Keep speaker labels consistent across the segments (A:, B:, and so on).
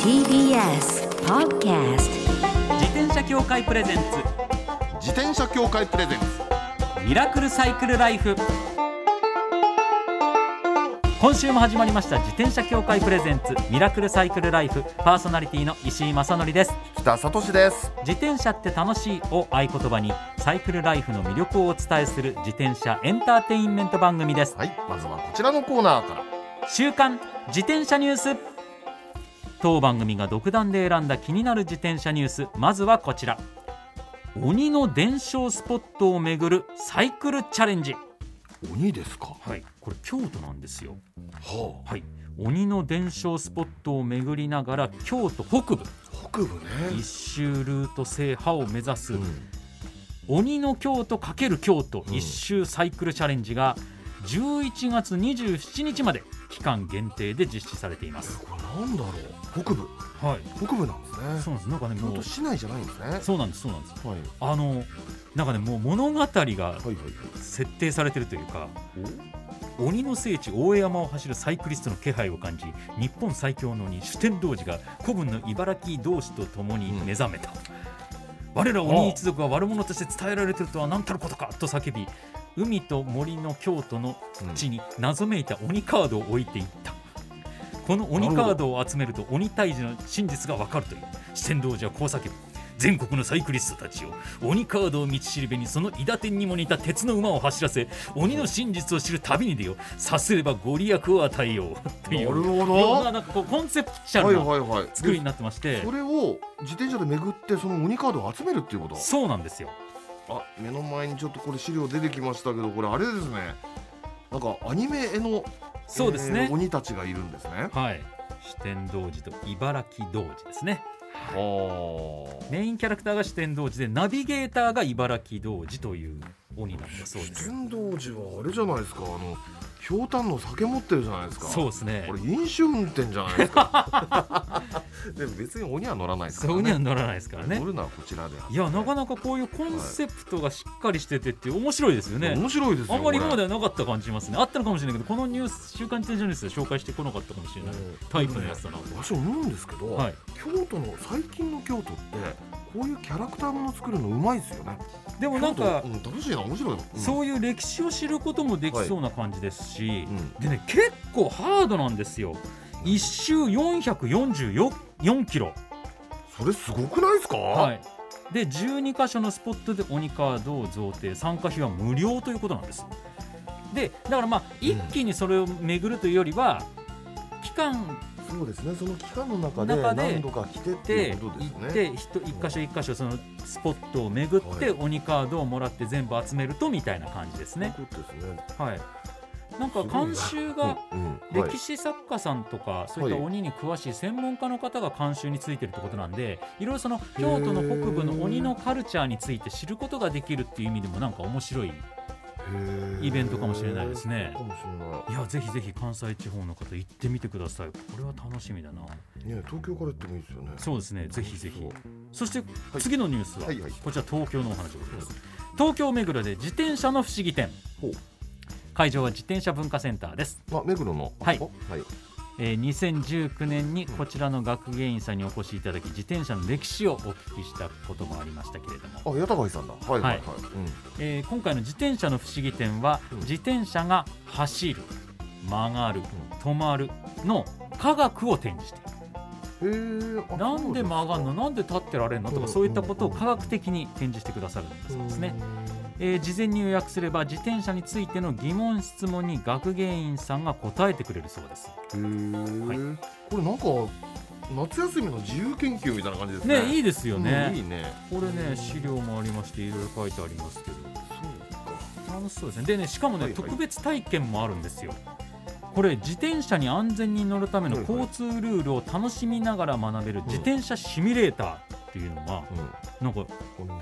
A: TBS Podcast
B: 自転車協会プレゼンツ
C: 自転車協会プレゼンツ
B: ミラクルサイクルライフ今週も始まりました自転車協会プレゼンツミラクルサイクルライフパーソナリティの石井正則です
C: 北里志です
B: 自転車って楽しいを合言葉にサイクルライフの魅力をお伝えする自転車エンターテインメント番組です
C: はいまずはこちらのコーナーから
B: 週刊自転車ニュース当番組が独断で選んだ気になる自転車ニュースまずはこちら鬼の伝承スポットをめぐるサイクルチャレンジ
C: 鬼ですか
B: はい、これ京都なんですよ。
C: は
B: はい、鬼の伝承スポットを巡りながら京都北部
C: あ北部ね
B: 一周ルート制覇を目指す、
C: うん
B: 鬼の京都×京都
C: うん
B: 一周サイクルチャレンジが11月27日まで期間限定で実施されています。
C: これなんだろう北部
B: はい、
C: 北部なんです
B: そうなん
C: ね
B: です。なんかね
C: 京
B: も
C: 都
B: う
C: 市内じゃないんですねはい
B: そうなんですそうなんです。
C: はい
B: あのなんかねもう物語が
C: はい
B: 設定されてるというか。鬼の聖地大江山を走るサイクリストの気配を感じ日本最強の鬼主天童寺が古文の茨城同士と共に目覚めた、我ら鬼一族は悪者として伝えられてるとは何たることかと叫び海と森の京都の地に謎めいた鬼カードを置いていったこの鬼カードを集めると鬼退治の真実がわかるという四天王寺はこう叫ぶ全国のサイクリストたちを鬼カードを道しるべにその韋駄天にも似た鉄の馬を走らせ鬼の真実を知る旅に出ようさすればご利益を与えようと
C: な
B: いう
C: る
B: よ
C: ほど
B: うな
C: は
B: なんかこうコンセプチ
C: い
B: ャ
C: はい
B: ルな
C: はい
B: 作りになってまして
C: それを自転車で巡ってその鬼カードを集めるっていうこと
B: そうなんですよ
C: あ目の前にちょっとこれ資料出てきましたけどこれあれですねなんかアニメ絵の
B: そうです
C: え
B: ね
C: ー鬼たちがいるんですね
B: はい四天王寺と茨城童子ですね
C: は
B: メインキャラクターが四天王寺でナビゲーターが茨城童子という鬼なんだそう
C: 四
B: です
C: 天王寺はあれじゃないですかあのひょうたんの酒持ってるじゃないですか
B: そうですね
C: これ飲酒運転じゃないですか でも別に鬼は乗らないですか
B: そ
C: ら
B: こには
C: ね
B: 乗らないですからね
C: 乗るのはこちらであって
B: いやなかなかこういうコンセプトがしっかりしててって面白いですよね
C: 面白いですよ
B: あんまり今まで
C: こ
B: はなかった感じしますねあったのかもしれないけどこのニュース週刊自転車ニュースで紹介してこなかったかもしれ
C: れ
B: ない
C: うん
B: タイプのやつだな
C: でもね私思うんですけど、
B: はい
C: 京都の最近の京都ってこういうキャラクターもの作るのうまいですよね
B: でもなんか
C: 京都うん、楽しいな面白いな、うん
B: そういう歴史を知ることもできそうな感じですし
C: うん
B: でね結構ハードなんですよ一周444キロ
C: それすごくないですか、
B: はいで12箇所のスポットで鬼カードを贈呈参加費は無料ということなんですでだからまあ一気にそれを巡るというよりは期間
C: そうですねその期間の中で
B: 中で
C: 何度か来てってい
B: で
C: うことです
B: 行
C: ね
B: ってひと一箇所一箇所そのスポットを巡って
C: は
B: 鬼カードをもらって全部集めるとみたいな感じですね
C: そういうことですね
B: はいなんか監修が
C: うんうんはい
B: 歴史作家さんとかそういった鬼に詳しい専門家の方が監修についてるってことなんでいろいろその京都の北部の鬼のカルチャーについて知ることができるっていう意味でもなんか面白い
C: へー
B: イベントかもしれないですね
C: かもし
B: いやぜひぜひ関西地方の方行ってみてくださいこれは楽しみだな
C: れないね東京から行ってもいいですよね
B: そうですねぜひぜひ
C: そ
B: そ
C: う
B: して次のニュースは
C: はいはい
B: こちら東京のお話でございます東京目黒で自転車の不思議展
C: ほう
B: 会場は自転車文化センターです
C: まあ目黒の
B: はい
C: あそこはい
B: えー2019年にこちらの学芸員さんにお越しいただき自転車の歴史をお聞きしたこともありましたけれども、
C: あ、八高井さんだ。はいはいはい。
B: えー今回の自転車の不思議点は、
C: うん
B: 自転車が走る曲がる止まるの科学を展示している
C: うん、へえ。あ
B: なんで曲がるのなんで立ってられるのとか
C: うん
B: そういったことを科学的に展示してくださるんだそうですね。。えー事前に予約すれば自転車についての疑問質問に学芸員さんが答えてくれるそうです
C: そうなんですか
B: は
C: へ
B: い
C: え、これなんか夏休みの自由研究みたいな感じですね。
B: ねいいですよね、
C: うんいいね。
B: これね資料もありましていろいろ書いてありますけど
C: そうか。
B: 楽しそうですねでねしかもね、
C: はいはい
B: 特別体験もあるんですよこれ自転車に安全に乗るための
C: はいはい
B: 交通ルールを楽しみながら学べる自転車シミュレーターっていうのが
C: うん。
B: なんか
C: これね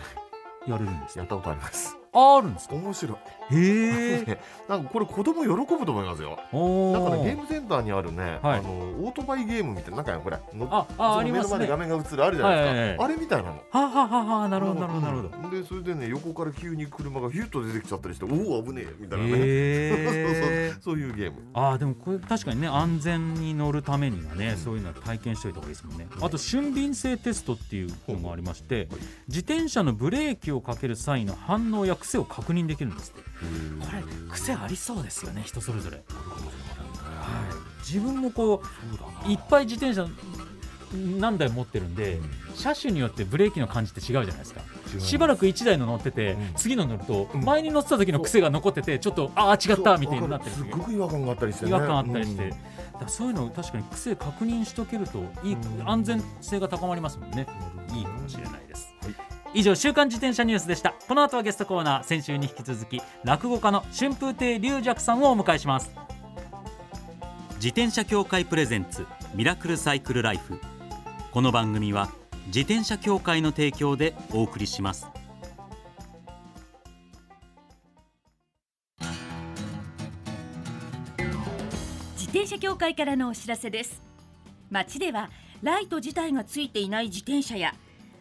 B: やれるんです
C: や
B: よ
C: ったことあります。
B: ああるんですか
C: 面白い
B: へえ
C: なんかこれ子供喜ぶと思いますよ
B: お
C: なんかねゲー
B: ー
C: ムセンターにあるね、
B: はい
C: あのオートバイゲームみたいななんかほらの
B: あああります
C: その目
B: ね
C: の
B: は
C: 前で画面が映るあるじゃないですか、
B: はいはいは
C: あれみたいなの
B: あはあはあはあなるほどなるほどなるほど
C: どでそれでね横から急に車がヒュッと出てきちゃったりしておお危ねえみたいなね、
B: へえ
C: そういうゲーム
B: あーでもこれ確かにね安全に乗るためにはね、そういうのは体験しておいた方がいいですもんねあと俊敏性テストっていうのがありまして自転車のブレーキをかける際の反応や癖を確認できるんですってこれ癖ありそうですよね人それぞれ、はい、自分もこういっぱい自転車何台持ってるんで車種によってブレーキの感じって違うじゃないですかしば
C: らく
B: らく1台の乗ってて、
C: うん
B: 次の乗ると、
C: うん
B: 前に乗ってた時の癖が残っててちょっとああ違ったみたいになってる
C: すっごく違和感があったりして、ね、
B: 違和感あったりして、
C: うん
B: だからそういうのを確かに癖確認しとけるといい、
C: うん
B: 安全性が高まりますもんね、いいかもしれないです、以上週刊自転車ニュースでしたこの後はゲストコーナー先週に引き続き落語家の春風亭龍尺さんをお迎えします自転車協会プレゼンツミラクルサイクルライフこの番組は自転車協会の提供でお送りします
A: 自転車協会からのお知らせです街ではライト自体がついていない自転車や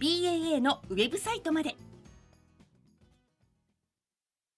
A: BAA のウェブサイトまで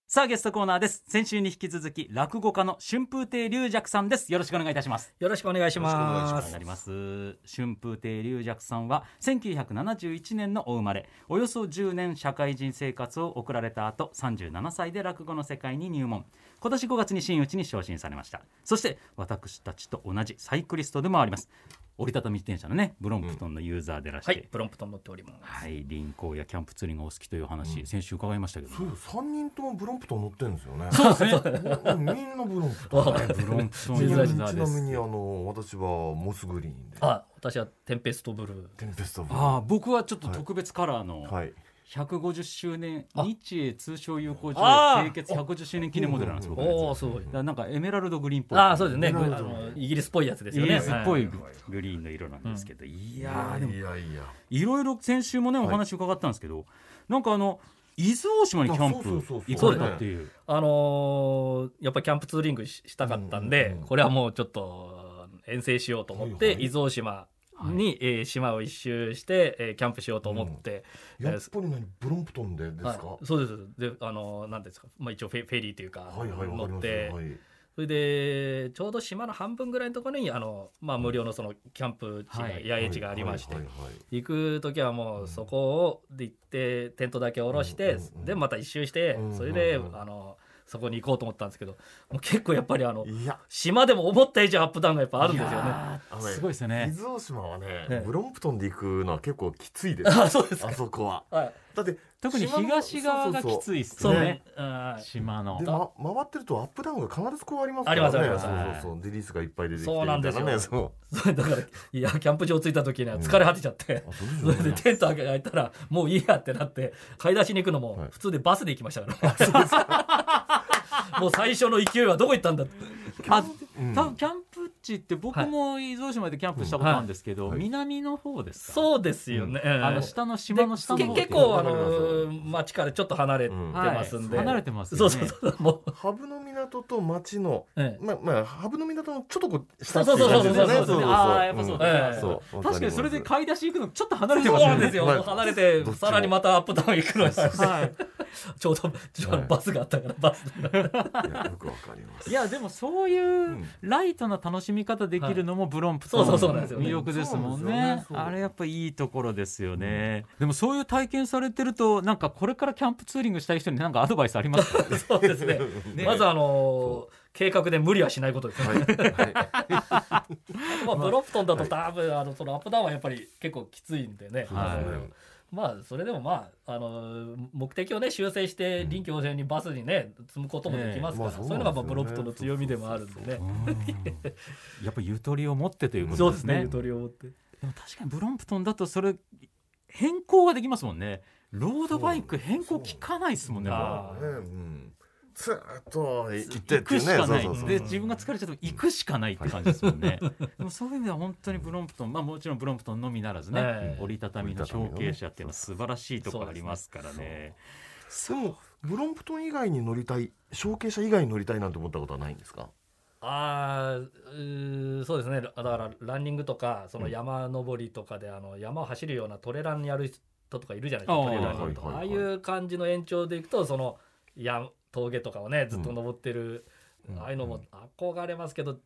B: さあゲストコーナーです先週に引き続き落語家の春風亭龍尺さんですよろしくお願いいたします
D: よろしくお願いし
C: よろしくお願
D: ま
C: いし
D: す。
B: なります春風亭龍尺さんは1971年のお生まれおよそ10年社会人生活を送られた後37歳で落語の世界に入門今年5月に真打ちに昇進されましたそして私たちと同じサイクリストでもあります折りたたみ自転車のねブロンプトンのユーザーでらして、
D: はい、プロンプトン乗っております。
B: はい、輪行やキャンプツーリングがお好きという話、先週伺いましたけど
C: そう三人ともブロンプトン乗ってるんですよね。そうですね。みんなブロンプトン。
B: はい ブロンプトンユ
C: ちな
B: ー
C: み
B: ザーです
C: にあの私はモスグリーンで。
D: あ、私はテンペストブルー。
C: テンペストブルー。
B: ああ僕はちょっと特別カラーの、
C: はい。
B: 150周年
D: あ
B: 日英通商友好条
D: あ
B: 約
D: ー
B: 締結150周年記念モデルなんです僕のやつ
D: お
B: だ
D: お、すごい。
B: からなんかエメラルドグリーンっぽい
D: あー、そうですね。
C: な
D: グ
C: る
D: あ
C: ほど
D: のイギリスっぽいやつです
B: イ
D: よ
B: ギ
D: ね。
B: リスっぽ
D: はい
B: ググリーンの色なんですけど、いやーでも
C: いやいや。
B: いろいろ先週もねお話伺ったんですけど、なんかあの伊豆大島にキャン
C: あそうそうそう
B: プ
C: そう
B: 行かれたっていう
D: あのーやっぱりキャンプツーリングししたかったんで、
C: うんうん
D: これはもうちょっと遠征しようと思って、
C: はいはい
D: 伊豆大島に、えー島を一周して、えーキャンプしようと思って、
C: やっぱり何ブロンプトンでですか。
D: は
C: はい
D: そうですそうですであのーなんていうんですか、まあ、一応フェフェリーというか、
C: いはいわかり
D: 乗っ
C: ます
D: て、
C: よ。はい。
D: それでちょうど島の半分ぐらいのところにあの、まあ、無料のそのキャンプ地が、
B: はい
D: 野営地がありまして、
C: はいはいはい
D: 行く時はもうそこをで行ってテントだけ下ろして、
C: うんうんうん
D: でまた一周して、
C: うんうんうん
D: それであのそこに行こうと思ったんですけどもう結構やっぱりあの
C: はいいや。
D: 島でも思った以上アップダウンがやっぱあるんですよ
B: い
D: ね。
B: やー
C: あのね
B: すごいですよ
C: 伊
B: ね
C: 豆大島は
D: ええ
C: ね、ブロンプトンで行くのは結構きついです。
D: あそうです
C: あ
D: か、
C: そこは。
D: はい、
C: だって
B: 特に東側がき
C: い
B: ついっす
D: そう
B: よ
D: ね
B: ね
D: うん
B: 島の
C: で、ま、回ってるとアップダウンが必ずこうありますからね。
D: あります
B: あります
C: そうそうそう。でリスがいっぱい出てきて
D: そうなんですよ
C: みたいねそう
D: そうだからいやキャンプ場着いた時には疲れ果てちゃって、
C: あそうです
D: そ
C: よ
D: れで
C: ね
D: テント開けたらもういいやってなって買い出しに行くの
C: は
D: も
C: い
D: 普通でバスで行きましたから、 もう最初の勢いはどこ行ったんだって
B: あ
C: うん
B: 多分キャンプ地って僕も伊豆大島でキャンプしたことあるんですけど、
C: はい
B: 南の方ですか
D: そうですよね、
B: あの下の島の下の
D: で
B: 方
D: け
B: っていう
D: 結構あ
C: わか
D: の
C: り
D: 町からちょっと離れて
C: うん
D: ますんで、
B: はい離れてますよ
D: そ
B: ね
D: うそうそうもう、
C: ハブの港と町の、
D: ええ
C: まあまあハブの港のちょっとこう下
D: そうそうそうそう
C: ってい感じです
B: そうそうそう
C: ね
B: あーやっぱそうだ
D: ね
C: そうそう
B: 確かにそれで
C: わります
B: 買い出し行くのちょっと離れて
D: そ
B: ま
D: う
B: す
D: な
B: よ
D: ん
B: ね
D: ですよ、
C: はい
D: 離れて
C: どっちも
D: さらにまたアップダウン行くのに
B: はい、
D: ちょうどちょうど
C: はい
D: バスがあったからバス
C: いやよくわかります
B: いやでもそういううライトな楽しみ方できるのもブロンプトン
D: そうそう
B: の
D: そうなんですよね
B: 魅力ですもん
C: そうなん
B: ね
C: ですよねそう
B: あれやっぱいいところですよねでもそういう体験されてるとなんかこれからキャンプツーリングしたい人に何かアドバイスありますか
D: そうですね
B: ね
D: まずあの計画で無理はしないことです ね、
C: はいはい
D: まあ、ブロンプトンだと多分あのそのアップダウンはやっぱり結構きついんでね、
B: はい
D: あのまあそれでもまああの目的をね修正して臨機応変にバスにね積むこともできますから、
C: ええまあ
D: そういうのがま
C: そ
D: あブ
C: うな
D: ロ
C: ん
D: ン
C: ですよね
D: プトンの強みでもあるんでね
B: やっぱゆとりを持ってというこ
D: そ
B: と
D: う
B: で
D: ですすね
B: ね
D: ゆとりを持って
B: でも確かにブロンプトンだとそれ変更ができますもんねロードバイク変更効かないですもんねもう
D: あ
C: ねうんずーっと行ってっ
B: 行
C: て
B: く
C: いう
B: し
C: ね
B: かない
C: そうそうそう
B: で自分が疲れちゃっても行くしかないって感じですもんね、でもそういう意味では本当にブロンプトン、まあ、もちろんブロンプトンのみならずね、
D: ええ
B: 折りたたみの承継者っていうのは素晴らしいところありますからね
C: でもブロンプトン以外に乗りたい承継者以外に乗りたいなんて思ったことはないんですか
D: あーうーそうですねだからランニングとかその山登りとかで、あの山を走るようなトレランやる人とかいるじゃないで
B: あ
D: すか
B: ー
D: トレランニングとか、
C: はいはい
D: ああいう感じの延長でいくとそのや峠とかをねずっと登ってる、
C: うん
D: ああいうのも憧れますけど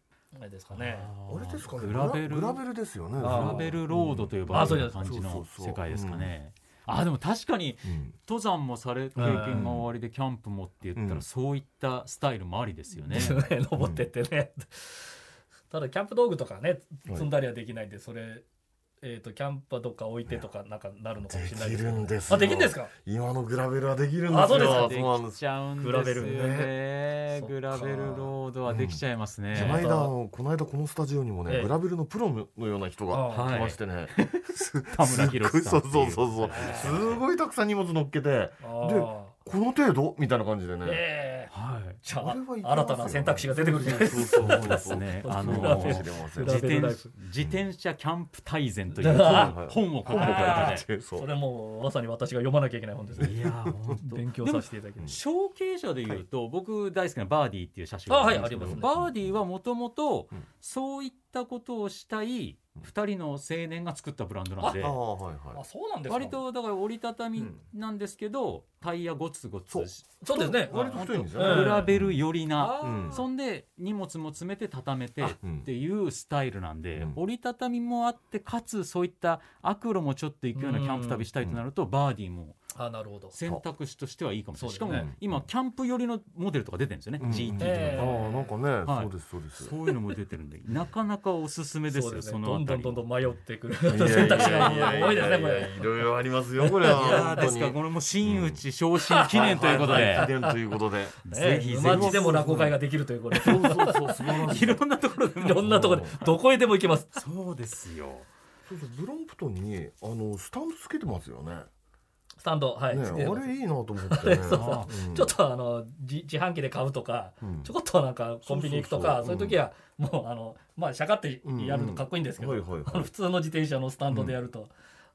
D: あれですかね。
C: あれですかね
B: グラベル
C: グラベルですよね
B: グ
D: あ
B: ラベルロードと呼ばれるような感じ
C: あそ
B: の
C: うですそうそうそう
B: 世界ですかねあでも確かに
C: うん
B: 登山もされ経験が終わりでキャンプもって言った
C: う
B: ら
C: ん
B: そういったスタイルもありですよ ね、
D: ですよね登ってってね、ただキャンプ道具とかね積んだりはできないんで、それ、えー、とキャンパーとか置いてとかなんかなるのかもし
C: で
D: れない
C: き
D: けど
C: るんですよ
D: あできるんですか
C: 今のグラベルはできるんですよ
D: あそうですか
B: で
C: そうなんで
B: き
C: す
B: ちゃうんですよ
D: グラベル
B: ね
D: ね
B: グラベルロードはできちゃいますね、
C: この間この間このスタジオにもね、
D: ええ
C: グラベルのプロのような人が
D: あー
B: はい
C: 来まして ね、
B: 田村博さんってい
C: すっごいそうそうそうそう
D: え
C: すごいたくさん荷物乗っけて
D: あー
C: この程度みたいな感じでね、
D: ええ
B: はい
D: じゃ
C: こ
D: あ
C: れはいけますよね
D: 新たな選択肢が出てくるじゃないですか。
B: そうそうですねあの
C: かもしれませ
B: 自
C: ん
D: グラベ
B: 転
D: ルライフ
B: 自転車キャンプ大全という
C: あ
B: 本を書かれた方で。
C: そう
D: それもうまさに私が読まなきゃいけない本ですね。
B: いや本当
D: 勉強させていただきます。
B: 証券者でいうと、僕大好きなバーディーっていう写真
D: あはい
B: るんですけど
D: ありますね
B: バーディーはもともと
C: うん
B: そういったことをしたい2人の青年が作ったブランドなんで
C: ああはいは
D: あ
C: い
D: そうなんですか。
B: 割とだから折りたたみなんですけど、タイヤゴツゴツし
D: そうですね。
C: 割と太いんですよ
D: う
C: ね、
D: ん
B: グラベル寄りな、
D: あー
B: そんで荷物も詰めて畳めて
C: あうん
B: っていうスタイルなんで、
C: うん
B: 折りたたみもあってかつそういった悪路もちょっと行くようなキャンプ旅したいとなると、バーディーも
D: あなるほど。
B: 選択肢としてはいいかもしれないしか
D: そう
B: も
D: ですね
B: 今キャンプ寄りのモデルとか出てるんですよね、
C: うん
B: GT とか、
D: え
C: ああなんかね、
B: はい
C: そうですそうです
B: そういうのも出てるんでなかなかおすすめです
D: そう
B: よ
D: で
B: そ
D: すね。
B: の
D: ど
B: あ
D: ん
B: た
D: ど
B: り
D: んどんどん迷ってくる
C: いやいや
D: 選択肢が
C: いやいや
D: 多いですねこ
C: いや
D: れ
C: い。ろいろありますよこれはい
B: やーですからこれも真打ち昇進記念ということ
C: ははは記
B: で、
C: 念ということで
B: ぜひぜひ
D: マジでも落語会ができるというこれ。
C: そうそうそう素晴らしい
B: いろんなところで
D: いろんなところでどこへでも行けます。
B: そうですよ
C: そうそうブロンプトンにあのスタンドつけてますよねね
D: スタンドは
C: あ
D: い。
C: れいいなと思 ってね
B: そう
C: うん
D: ちょっとあの自自販機で買うとか、
C: うん
D: ちょこっとなんかコンビニ行くとか、そ
C: そううそうそう
D: いう時はもうあのまあしゃがってやる
C: うんう
D: の
C: ん
D: かっこいいんですけど、
C: はいはいはい
D: あの普通の自転車のスタンドでやると、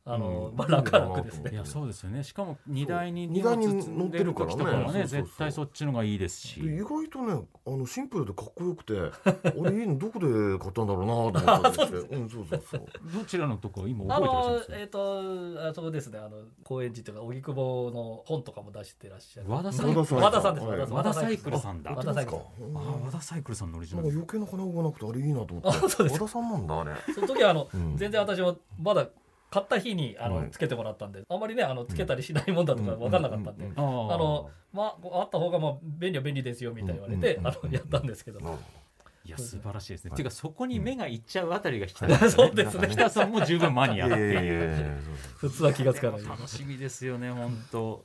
D: あの
C: うん
D: まあ楽は楽ですね。
B: いや
C: うん
B: そうですよねしかも荷台に
C: そう
B: 荷物積
C: 荷台に乗
B: ん
C: っ
B: で
C: て
B: る
C: るから
B: 時
C: ね
B: とかはね
C: そうそうそう
B: 絶対そっちのがいいですし
C: で意外とねあのシンプルでかっこよくてあれいいのどこで買ったんだろ うなと思ったりしてうんそうそうそう
B: どちらのとこ今
D: あ
B: 覚えてらっしゃるん
D: の
B: ですか
D: えっ、とあそうですねあの高円寺というか荻窪の本とかも出してらっしゃる
B: 和田さん
C: 和田さん
D: 和田さんです
C: はい
B: 和田サイクル
D: です
B: さんだ
C: あ
B: あ
D: 和田サイクル
C: やってますかうん
B: 和田サイクルさんのオリジ
C: な
B: ナ
C: んか
B: ル
C: 余計な金具がなくてあれいいなと思って
D: あそうです
C: 和田さんなんだあれ
D: その時はあの、
C: うん
D: 全然私もまだ買った日にあの、
C: はい
D: つけてもらったんであんまりねあのつけたりしないもんだとか分かんなかったんで、
C: うんうん
B: あの
D: あのまあ、あった方がまあ便利は便利ですよみたいに言われて、
C: うんうんうん
D: あのやったんですけど、
C: なる
B: いや素晴らしいですね、
C: はい
B: ていうかそこに目がいっちゃうあたりが引きたいです
D: そ
B: ね
D: うですね
B: 北さんも十分マニア
C: ほ
B: って
C: どいやい やい
B: いう
C: やいや
D: 普通は気がつかない
B: 楽しみですよね本当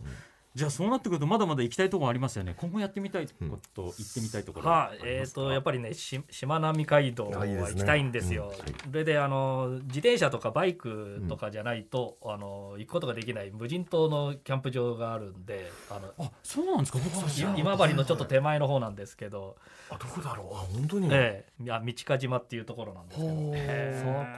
B: じゃあそうなってくるとまだまだ行きたいところありますよね今後やってみたいこと、行ってみたいところ
D: はい、
B: あり
D: え
B: ま
D: っ、
B: すか
D: とやっぱりねししまなみ海道は行きたいんですよ。
C: あいいですね
D: それであの自転車とかバイクとかじゃないと、あの行くことができない無人島のキャンプ場があるんで、あの
B: あそうなんですか僕そ
D: い
B: れなかった
D: 今治のちょっと手前の方なんですけど、
C: あどこだろうあ本当に
D: ええいや道鹿島っていうところなんですけど、
C: ほ
D: そ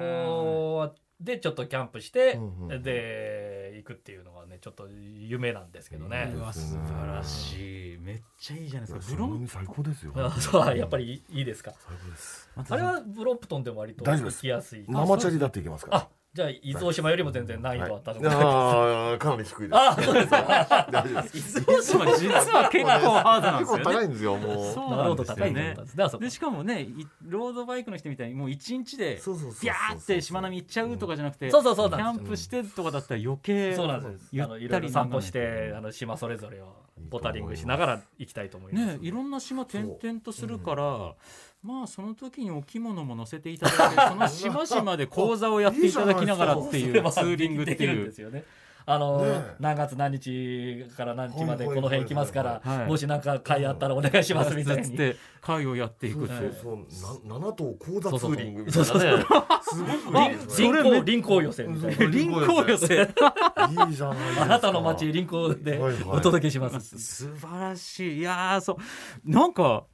C: ー
D: こでちょっとキャンプして、
C: うんうん
D: で行くっていうのがねちょっと夢なんですけどね。
C: いう
B: わ素晴らしいめっちゃいいじゃないですかブロン
C: いや最高ですよ
D: あそうはやっぱりいいですか。
C: 最高です
B: また
D: あれはブロンプトンでも割と
C: 大丈夫
D: 行
C: です
D: きやすい。
C: ママチャリだっていけますから
D: あじゃあ伊豆大島よりも全然難易度は高くない、
C: ああかなり低いです。
D: あーそうで す
C: 大丈夫です。
B: 伊豆大島実は結構ハード なんですよ
C: 結
B: ね
C: 構高いんですよもう。
B: そう
D: な
B: な
D: るほ
B: ん
D: ど
B: です
D: 高
B: よ
D: いと思っ
B: ね
D: たんですねあそこ
B: でしかもねいロードバイクの人みたいにもう一日で
C: そうそうそうそう。
B: ビャーってしまなみ行っちゃうとかじゃなくて
D: そうそうそう
B: キャ
D: なん
B: ン
D: です
B: プしてとかだったら余計
D: そうなんです
B: ゆ
D: あ
B: っ
D: のいろ
B: た
D: いろ
B: り
D: 散歩してあの島それぞれをボタリングしながら行きたいと思います
B: ねいろんな島転々とするから、まあその時にお着物も乗せていた だいてその島々で講座をやっていただきながらっていうツーリングって
D: できる
B: い
D: んで
B: う
D: すよね。あの、
C: ねえ
D: 何月何日から何日ま
C: は
D: でこ
C: いはいはいはい
D: の辺行きますから、
B: はい
D: もし何か会あったらお願いしますみたい
B: つっ
D: に。
B: て会をやっていくっていう。
C: そうそうな七頭高座ツーリングみた
D: そ
C: いうな
D: そう
C: ね
D: そう。
C: すごくいいです
B: そ
C: ね。
B: れ
D: 臨行
B: ね
D: 臨行予選みたいな。
B: 臨行寄せ
C: いいじゃないですか。
D: あなたの街臨行で
C: はいはい
D: お届けします。
B: 素晴らしいいやーそうなんか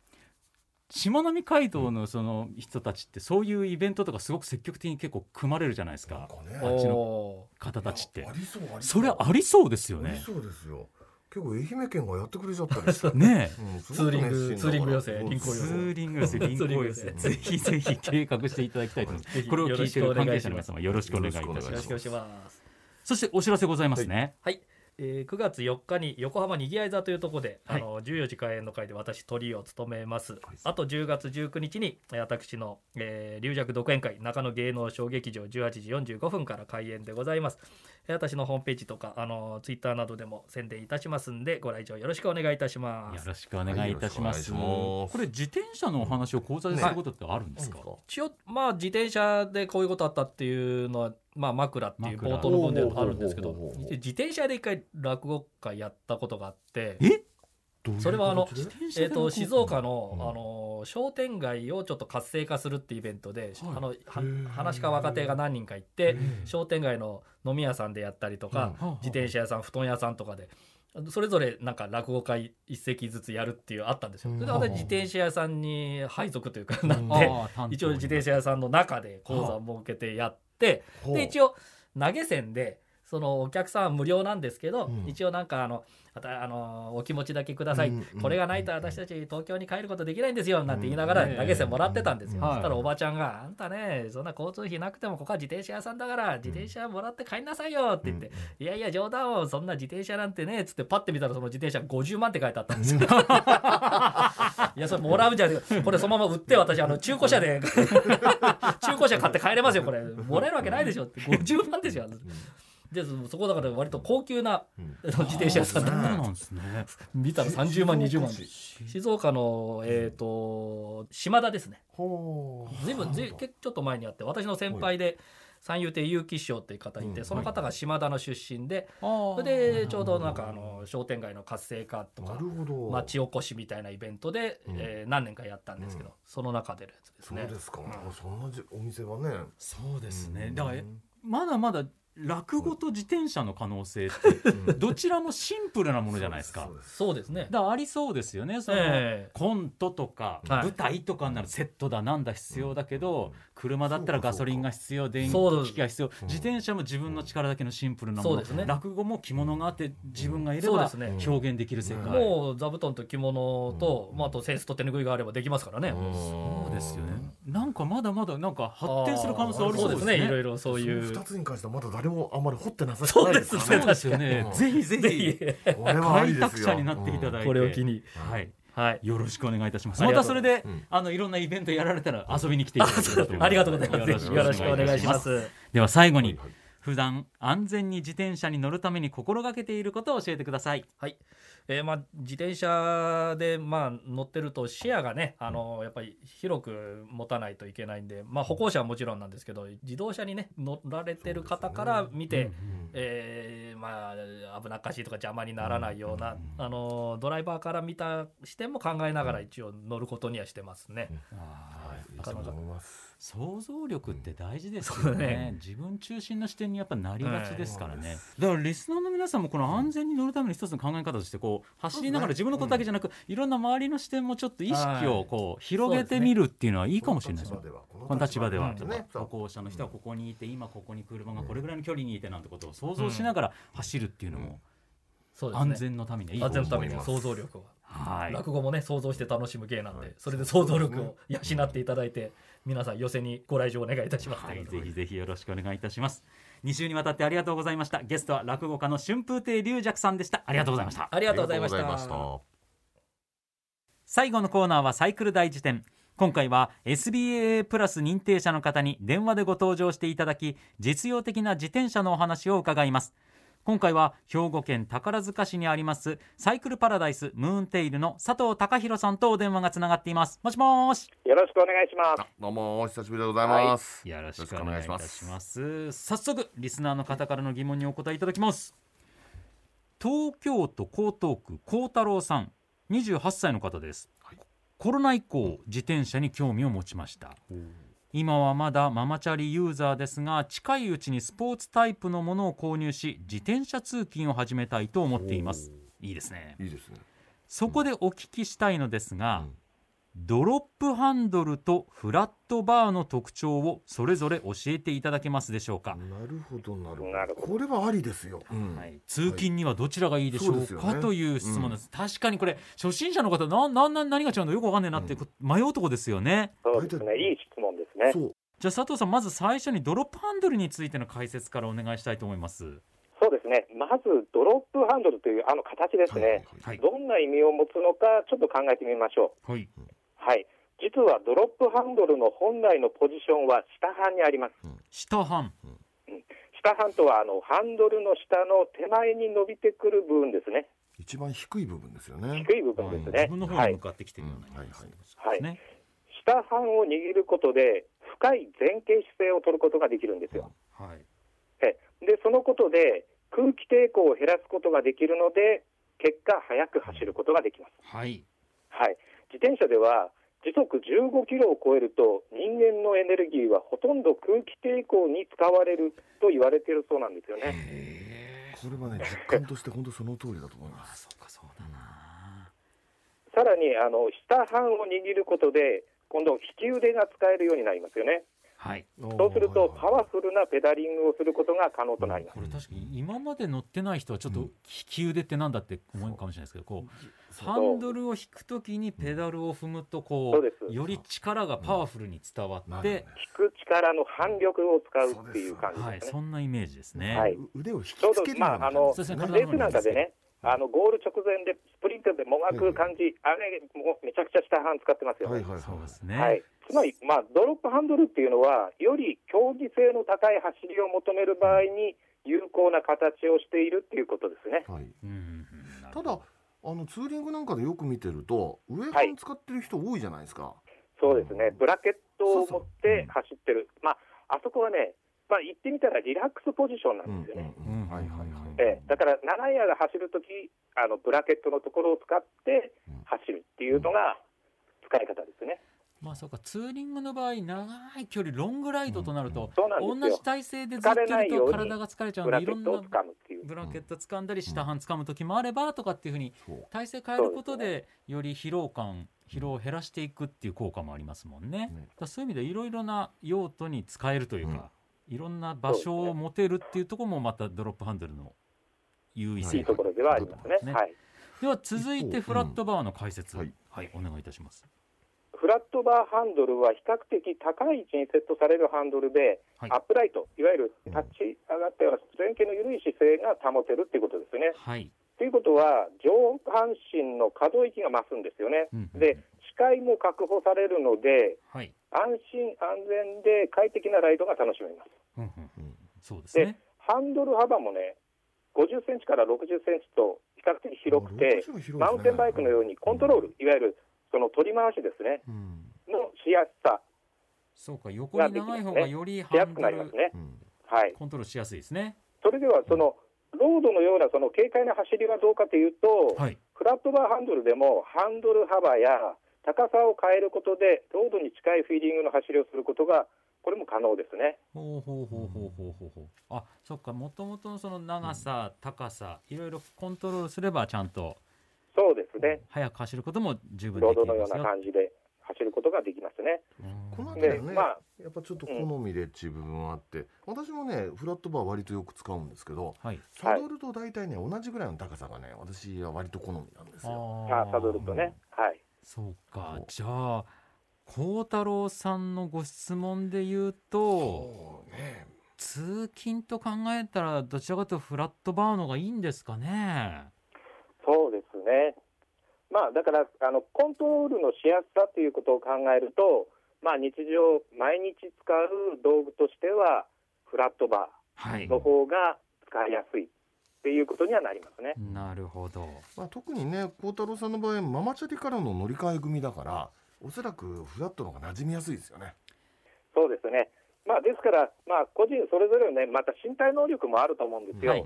B: しまなみ海道のその人たちってそういうイベントとかすごく積極的に結構組まれるじゃないですか
C: なんか
D: お
C: ね
B: っちの
D: お
B: 方たちって
C: ありそうあり
B: それ
C: あ
B: ありそうですよ
C: り
B: ね
C: そうですよ。結構愛媛県がやってくれちゃったりして。
B: ねえ
C: うんす
D: ツー
C: ごく
D: リング
C: 熱心だから
D: ツーリング寄せ臨行
B: ツ
D: 寄せ
B: ーリングです臨行です
D: ツーリングです
B: ぜひぜひ計画していただきたいと思います
D: ひ
B: これを聞いてい
D: よ
B: る関
D: ろしくお願
B: 係
D: いします
B: 者の皆様よろしくお願いいたしま
D: ー
C: お
D: よ
C: 願
D: ろ
B: す
C: い
D: しくお願いします。
B: そしてお知らせございますね
D: はい。えー9月4日に横浜にぎあい座というところで、
B: はい
D: あの14時開演の会で私鳥居を務めます、あと10月19日にえー私の、えー、龍尺独演会中野芸能小劇場18時45分から開演でございますえー私のホームページとかあのツイッターなどでも宣伝いたしますんでご来場よろしくお願いいたしま
B: よ
D: す
B: ろしくお願いいたします,、
C: はいよろしくお願いします
B: これ自転車のお話を講座ですることってあるんですか、
D: 一応まあ自転車でこういうことあったっていうのはまあ枕っていう
B: 枕
D: 冒頭の文ではあるんですけど
C: ほうほうほうほうほう
D: 一応自転車で一回落語会やったことがあって
B: え
C: どういう
D: それはあの
C: 形で
B: 自転
D: えー、
B: 車でも
D: と静岡の,、
C: うん
D: あの商店街をちょっと活性化するっていうイベントで、
B: はい
D: あのは
C: ー
D: 話し家若手が何人か行って
B: ええ
D: 商店街の飲み屋さんでやったりとか、
B: うん
D: 自転車屋さん布団屋さんとかでそれぞれなんか落語会一席ずつやるっていうあったんですよ。それで
C: うん
D: 私自転車屋さんに配属というか
C: ん
D: なって
B: ああ担当
D: 一応自転車屋さんの中で講座を設けてやって
C: ほう
D: で一応投げ銭でそのお客さんは無料なんですけど、
C: うん
D: 一応なんかあのあたあのお気持ちだけください、
C: うんうん
D: これがないと私たち東京に帰ることできないんですよなんて言いながら
B: うん
D: 投げ銭もらってたんですよ、
B: はい
D: そしたらおばちゃんが「あんたねそんな交通費なくてもここは自転車屋さんだから自転車もらって帰んなさいよ」って言って「いやいや冗談をそんな自転車なんてね」っつってパッて見たらその自転車50万って書いてあったんですよ。いやそれもらうんじゃねえこれそのまま売って私あの中古 車で中古車買って帰れますよこれもらえるわけないでしょって50万ですよでそそこだから割と高級な
C: うん
D: あの自転車屋さん
B: そう
D: だ
B: なんですね
D: 見たら30万20万で
B: 静
D: 静岡のえっ、と島田ですね
C: ほう
D: 随分ずい結ちょっと前にあって私の先輩で三遊亭結城師匠っていう方いて、
C: うん
D: その方が島田の出身で、
B: そ
D: それでちょうどなんかあの商店街の活性化と
C: な
D: か
C: るほど
D: 町おこしみたいなイベントで、
C: うん
D: えー何年かやったんですけど、
C: うん
D: その中でのやつです
C: そう
D: ね。
C: ですかそんなじお店はね
B: そうです
C: う
B: ね
C: ん
B: だからまだまだ落語と自転車の可能性ってどちらもシンプルなものじゃないですか
C: そう
D: そうですね。
B: だからありそうですよねその、
D: ええ
B: コントとか
D: はい
B: 舞台とかになるセットだなんだ必要だけど、車だったらガソリンが必要電
D: そう
B: 気機器が必要
C: ん
B: 自転車も自分の力だけのシンプルなも
D: そう
B: の、
D: ですね
B: 落語も着物があって自分がいれ
D: そうで
B: ば
D: すね
B: 表現できる世界、
C: うん
D: もう座布団と着物と、
C: うん
D: まあ、あとセンスと手拭いがあればできますからね。
B: そうですよねなんかまだまだなんか発展する可能性あ
D: あ
B: る
D: ー
B: そ
D: そ
B: で
D: ううですす
B: ね
D: ね。いろいろそういう。
C: 二つに関してはまだ誰もあんまり掘ってなさ
D: そうですね
B: そうですよね
C: うん
B: ぜひぜひ
D: ぜひ
C: これはあ
B: 開
C: りです
B: 拓
C: よ
B: 者になっていただいて、
D: これを機に。
B: はい
D: はい。
B: よろしくお願いいたします。
D: あ
B: ま
D: りが
B: た
D: と
B: そう
D: ご
B: れ
D: ざ
B: で、あのいろんなイベントやられたら遊びに来ていただければと思います。
D: ありがとうございます。ぜひよろしくお願いしま。す。
B: では最後に、
C: はいはい
B: 普段安全に自転車に乗るために心がけていることを教えてください。
D: はい。えーまあ、自転車で、まあ、乗ってると視野がね、あのやっぱり広く持たないといけないんで、まあ、歩行者はもちろんなんですけど自動車にね乗られてる方から見て、えーまあ、危なっかしいとか邪魔にならないような、あのドライバーから見た視点も考えながら一応乗ることにはしてますね。
C: いいと思います
B: 想像力って大事です
D: そ
B: よ
D: うだ
B: ね
D: ね
B: 自分中心の視点にやっぱなりがちですからね、
C: はい
B: だからリスナーの皆さんもこの安全に乗るための一つの考え方としてこう走りながら自分のことだけじゃなく、いろんな周りの視点もちょっと意識をこう広げてみるっていうのはいいかもしれないですよこの立場では、
D: うん
B: とか歩行者の人はここにいて、今ここに車がこれぐらいの距離にいてなんてことを想像しながら走るっていうのも
D: そうですね
B: 安全のためにはいい
D: 安全のため
B: に
D: には想像力を、
B: はい
D: 落語もね想像して楽しむ芸なんで、
C: はい
D: それで想像力を養っていただいて、皆さん寄せにご来場お願いいたします、
B: はい、ぜひぜひよろしくお願いいたします。2週にわたってありがとうございました。ゲストは落語家の春風亭龍尺さんでした。ありがとうございました。
D: あり
C: あ
D: がとうございました
C: りがとうございました
B: 最後のコーナーはサイクル大辞典。今回は SBAA プラス認定者の方に電話でご登場していただき、実用的な自転車のお話を伺います。今回は兵庫県宝塚市にありますサイクルパラダイスムーンテイルの佐藤隆弘さんとお電話がつながっています。もしもーし。
E: よろしくお願いします。
C: あどうもお久しぶりでございます、
B: よろしくお願いいたし
C: よろしくお願いしま
B: ますす。早速リスナーの方からの疑問にお答えいただきます。東京都江東区高太郎さん、28歳の方です。コロナ以降自転車に興味を持ちました。今はまだママチャリユーザーですが近いうちにスポーツタイプのものを購入し自転車通勤を始めたいと思っていますいいですね
C: いいですね
B: そこでお聞きしたいのですが、
C: うん
B: ドロップハンドルとフラットバーの特徴をそれぞれ教えていただけますでしょうか、
C: なるほどなるほど
E: なるほど
C: これはありですよ、うん
B: はい、通勤にはどちらがいいでしょ
C: そう
B: う
C: ですよ
B: か、
C: ね
B: という質問です、確かにこれ初心者の方ななな何が違うのよくわかんねえなって、
C: うん
B: 迷うとこですよね
E: そうですね。いい質問ですね。
C: そう
B: じゃあ佐藤さんまず最初にドロップハンドルについての解説からお願いしたいと思います
E: そうですね。まずドロップハンドルというあの形ですね。
B: はい
E: どんな意味を持つのかちょっと考えてみましょう。
B: はい
E: はい。実はドロップハンドルの本来のポジションは下半にあります。
B: 下半
E: 下半とはあのハンドルの下の手前に伸びてくる部分ですね。
C: 一番低い部分ですよね
E: 低い部分ですね
B: 自。分の方
E: は
B: に
E: い
B: 向。かってきてるような感じですね、
E: はいはい下半を握ることで深い前傾姿勢を取ることができるんですよ。
B: はい
E: えでそのことで空気抵抗を減らすことができるので結果速く走ることができます、
B: はい
E: はい、自転車では時速15キロを超えると人間のエネルギーはほとんど空気抵抗に使われると言われているそうなんですよね
C: これはね実感として本当その通りだと思いま
B: あ
C: す
B: そうかそうだな
E: さらにあの下半を握ることで今度利き腕が使えるようになりますよね
B: はい
E: そうするとパワ
C: ー
E: フルなペダリングをすることが可能となります
B: これ確かに今まで乗ってない人はちょっと
C: うん
B: 利き腕ってなんだって思うかもしれないですけどこう
E: う
B: ハンドルを引くときにペダルを踏むとこ
E: そうです
B: うより力がパワフルに伝わ
C: な
B: っ
C: るよ
B: て
C: ね、
E: 引く力の反力を使うっていう感じ
B: はい
E: ですね
B: そんなイメージですね、
E: はい
C: 腕を引きつ
E: ちょうど
C: ける
E: まああの
B: そうですね
E: レースなんかでね、あのゴール直前でスプリントでもがく感じ、あれ、もうめちゃくちゃ下半使ってますよ
C: はい
E: ね。
C: はい
B: そう
C: は
B: で
C: い
B: すね、
E: はい、つまり、まあ、ドロップハンドルっていうのは、より競技性の高い走りを求める場合に、有効な形をしているっていうことですね。
C: はい
B: うんうんなる
C: た
B: ほ
C: だ
B: ど
C: あのツーリングなんかでよく見てると上半使ってる人多いじゃないですか、
E: そうですね、ブラケットを持っ
C: そうそうう
E: て
C: ん
E: 走ってる、まあ、あそこはね、まあ、言ってみたらリラックスポジション
C: う
E: なん
C: ん
E: ですよね。
C: うんうんはいはいはい
E: ええ、だから長い間走るとき、あのブラケットのところを使って走るっていうのが使い方ですね。
B: まあそうかツーリングの場合長い距離ロングライドとなると、
E: そうなんですよ
B: 同じ体勢でずっとい
E: 疲れない
B: る
E: よ
B: と
E: うに
B: 体が疲れちゃう
E: ブ
B: んで
E: ラ
B: い
E: ケ
B: ろん
E: ット
B: な
E: を掴むっていう。
B: ブラケット掴んだり下半掴む時もあればとかっていうふうに
C: そう
B: 体勢変えることでより疲労感疲労を減らしていくっていう効果もありますもんね。だ
C: ね
B: からそういう意味でいろいろな用途に使えるというか、いろんな場所を持てるっていうところもまたドロップハンドルの優位
E: いい
B: 性
E: ところではありますね。
B: ね
E: はい。
B: では続いて
C: 一方
B: フラットバーの解説、
C: うん
B: はい、お願いいたします。
E: フラットバーハンドルは比較的高い位置にセットされるハンドルで、
B: はい
E: アップライト、いわゆる立ち上がったような前傾の緩い姿勢が保てるっていうことですね。
B: はい、
E: ということは、上半身の可動域が増すんですよね。
B: うん
E: で、視界も確保されるので、
B: はい、
E: 安心安全で快適なライドが楽しめます。
B: うんうん
C: うん
B: そうですね。
E: ハンドル幅もね、50センチから60センチと比較的広くて、
C: 60は広いですね
E: マウンテンバイクのようにコントロール、いわゆるその取り回しですね、
C: うん
E: のしやすさ、
B: そうか、横に長い方がより
E: し
B: ハ
E: や
B: ン
E: すくな
B: ド
E: ります
B: ル
E: ね。
C: うん
E: はい。
B: コントロールしやすいですね。
E: それでは、その、ロードのようなその軽快な走りはどうかというと、
B: はい、
E: フラットバーハンドルでもハンドル幅や高さを変えることで、ロードに近いフィーリングの走りをすることが、これも可能ですね。
B: ほうほうほうほうほうほうほう。あ、そっか、もともとのその長さ、高さ、いろいろコントロールすれば、ちゃんと
E: そうですね。
B: 速く走ることも十分で
E: ロー
B: き
E: ドのよ
B: ま
E: う
B: す
E: な
B: よ。
E: 感じで走ることができますね。
B: うん
C: この辺り
E: で、
C: はね、
E: まあ、
C: やっぱちょっと好みでっちゅう部分はあって、私もねフラットバー割とよく使うんですけど
B: はい。
C: サドルと大体ね同じぐらいの高さがね私は割と好みなんですよ
E: あ
B: あ
E: サドルとね、はい。
B: そうか、じゃあ、幸太郎さんのご質問で言うと
C: そうね
B: 通勤と考えたらどちらかというとフラットバーのがいいんですかね
E: そうですね。まあだからあのコントロールのしやすさということを考えると、まあ日常毎日使う道具としてはフラットバ
B: は
E: ー
B: い
E: の方が使いやすいっていうことにはなりますね。
B: なるほど
C: まあ、特にね孝太郎さんの場合ママチャリからの乗り換え組だからおそらくフラットの方が馴染みやすいですよね
E: そうですね。まあですからまあ個人それぞれのねまた身体能力もあると思うんですよ。
B: はい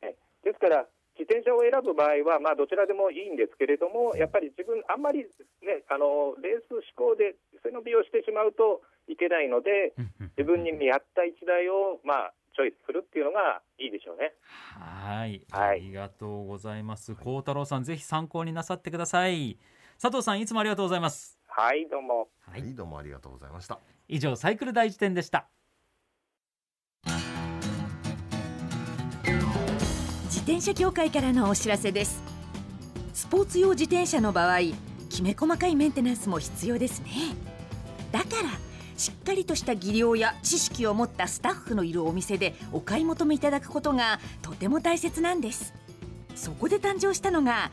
E: ですから自転車を選ぶ場合は、まあ、どちらでもいいんですけれども、やっぱり自分、あんまり、ね、あのレース志向で背伸びをしてしまうといけないので、自分に見合った一台を、まあ、チョイスするっていうのがいいでしょうね。
B: はい、
E: はい
B: ありがとうございます。幸太郎さん、ぜひ参考になさってください。佐藤さん、いつもありがとうございます。
E: はい、どうも。
B: は
C: はい、どうもありがとうございました
B: 以上、サイクル大辞典でした。
A: 自転車協会からのお知らせですスポーツ用自転車の場合きめ細かいメンテナンスも必要ですねだからしっかりとした技量や知識を持ったスタッフのいるお店でお買い求めいただくことがとても大切なんですそこで誕生したのが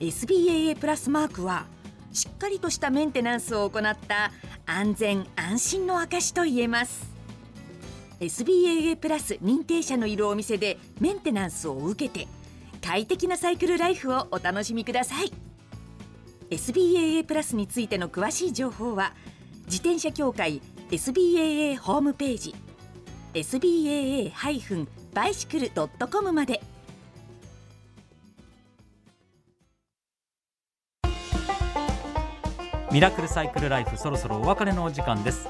A: SBAA プラスマークはしっかりとしたメンテナンスを行った安全安心の証と言えます SBAA プラス認定者のいるお店でメンテナンスを受けて快適なサイクルライフをお楽しみください SBAA プラスについての詳しい情報は自転車協会 SBAA ホームページ SBAA-bicycle.com まで
B: ミラクルサイクルライフ、そろそろお別れのお時間です。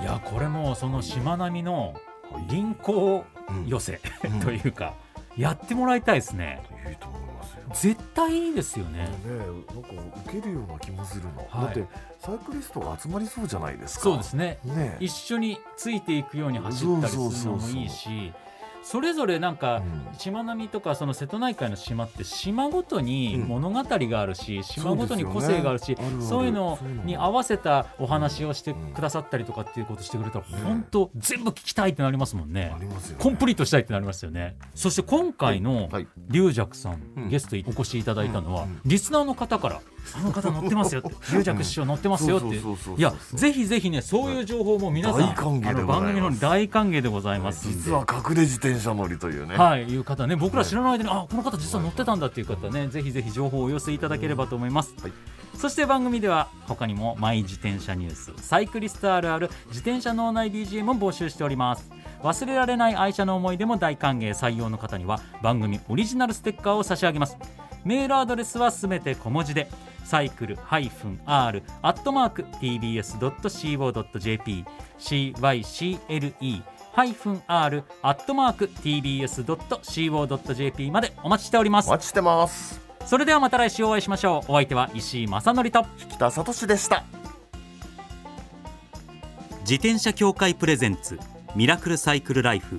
B: いや、これもうそのしまなみの銀行寄せ、
C: う ん
B: というか、やってもらいたいですね。
C: いいと思いますよ
B: 絶対いいですよね。
C: ね、なんか受けるような気もするの、
B: はい
C: だってサイクリストが集まりそうじゃないですか
B: そうですね。
C: ね
B: 一緒についていくように走ったりするのもいいしそれぞれなんか
C: うん
B: しまなみとかその瀬戸内海の島って島ごとに
C: うん
B: 物語があるし島ごとに個性があるし
C: そうですよねあるある
B: そういうの
C: そういうの
B: に合わせたお話をしてくださったりとかっていうことしてくれたら
C: ん
B: 本当全部聞きたいってなりますもんね
C: あ。りますよ、ね、
B: コンプリートしたいってなりますよね。そして今回の
C: はい
B: 龍尺さ
C: うんん
B: ゲストにお越しいただいたのは
C: うん
B: リスナーの方から「あの方乗ってますよ」って「龍尺師匠乗ってますよ」って
C: そうそうそうそうそう
B: いやぜひぜひねそういう情報も皆さん、
C: 大歓迎でございます
B: あの番組の方に大歓迎でございますんで
C: 実は隠れ自転車乗りというね、
B: はい、いう方ね僕ら知らない間に、あこの方実は乗ってたんだっていう方ね、ぜひぜひ情報をお寄せいただければと思います、
C: はい
B: そして番組では他にも「マイ自転車ニュース」「サイクリストあるある自転車脳内 BGM」も募集しております忘れられない愛車の思い出も大歓迎採用の方には番組オリジナルステッカーを差し上げますメールアドレスはすべて小文字でサイクル -r アットマーク tbs.co.jp cycle -r アットマーク tbs.co.jp までお待ちしておりま
C: お
B: す
C: 待ちしてます
B: それではまた来週お会いしましょうお相手は石井正則と
C: 北里でした
B: 自転車協会プレゼンツミラクルサイクルライフ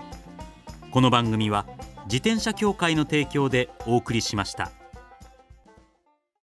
B: この番組は自転車協会の提供でお送りしました。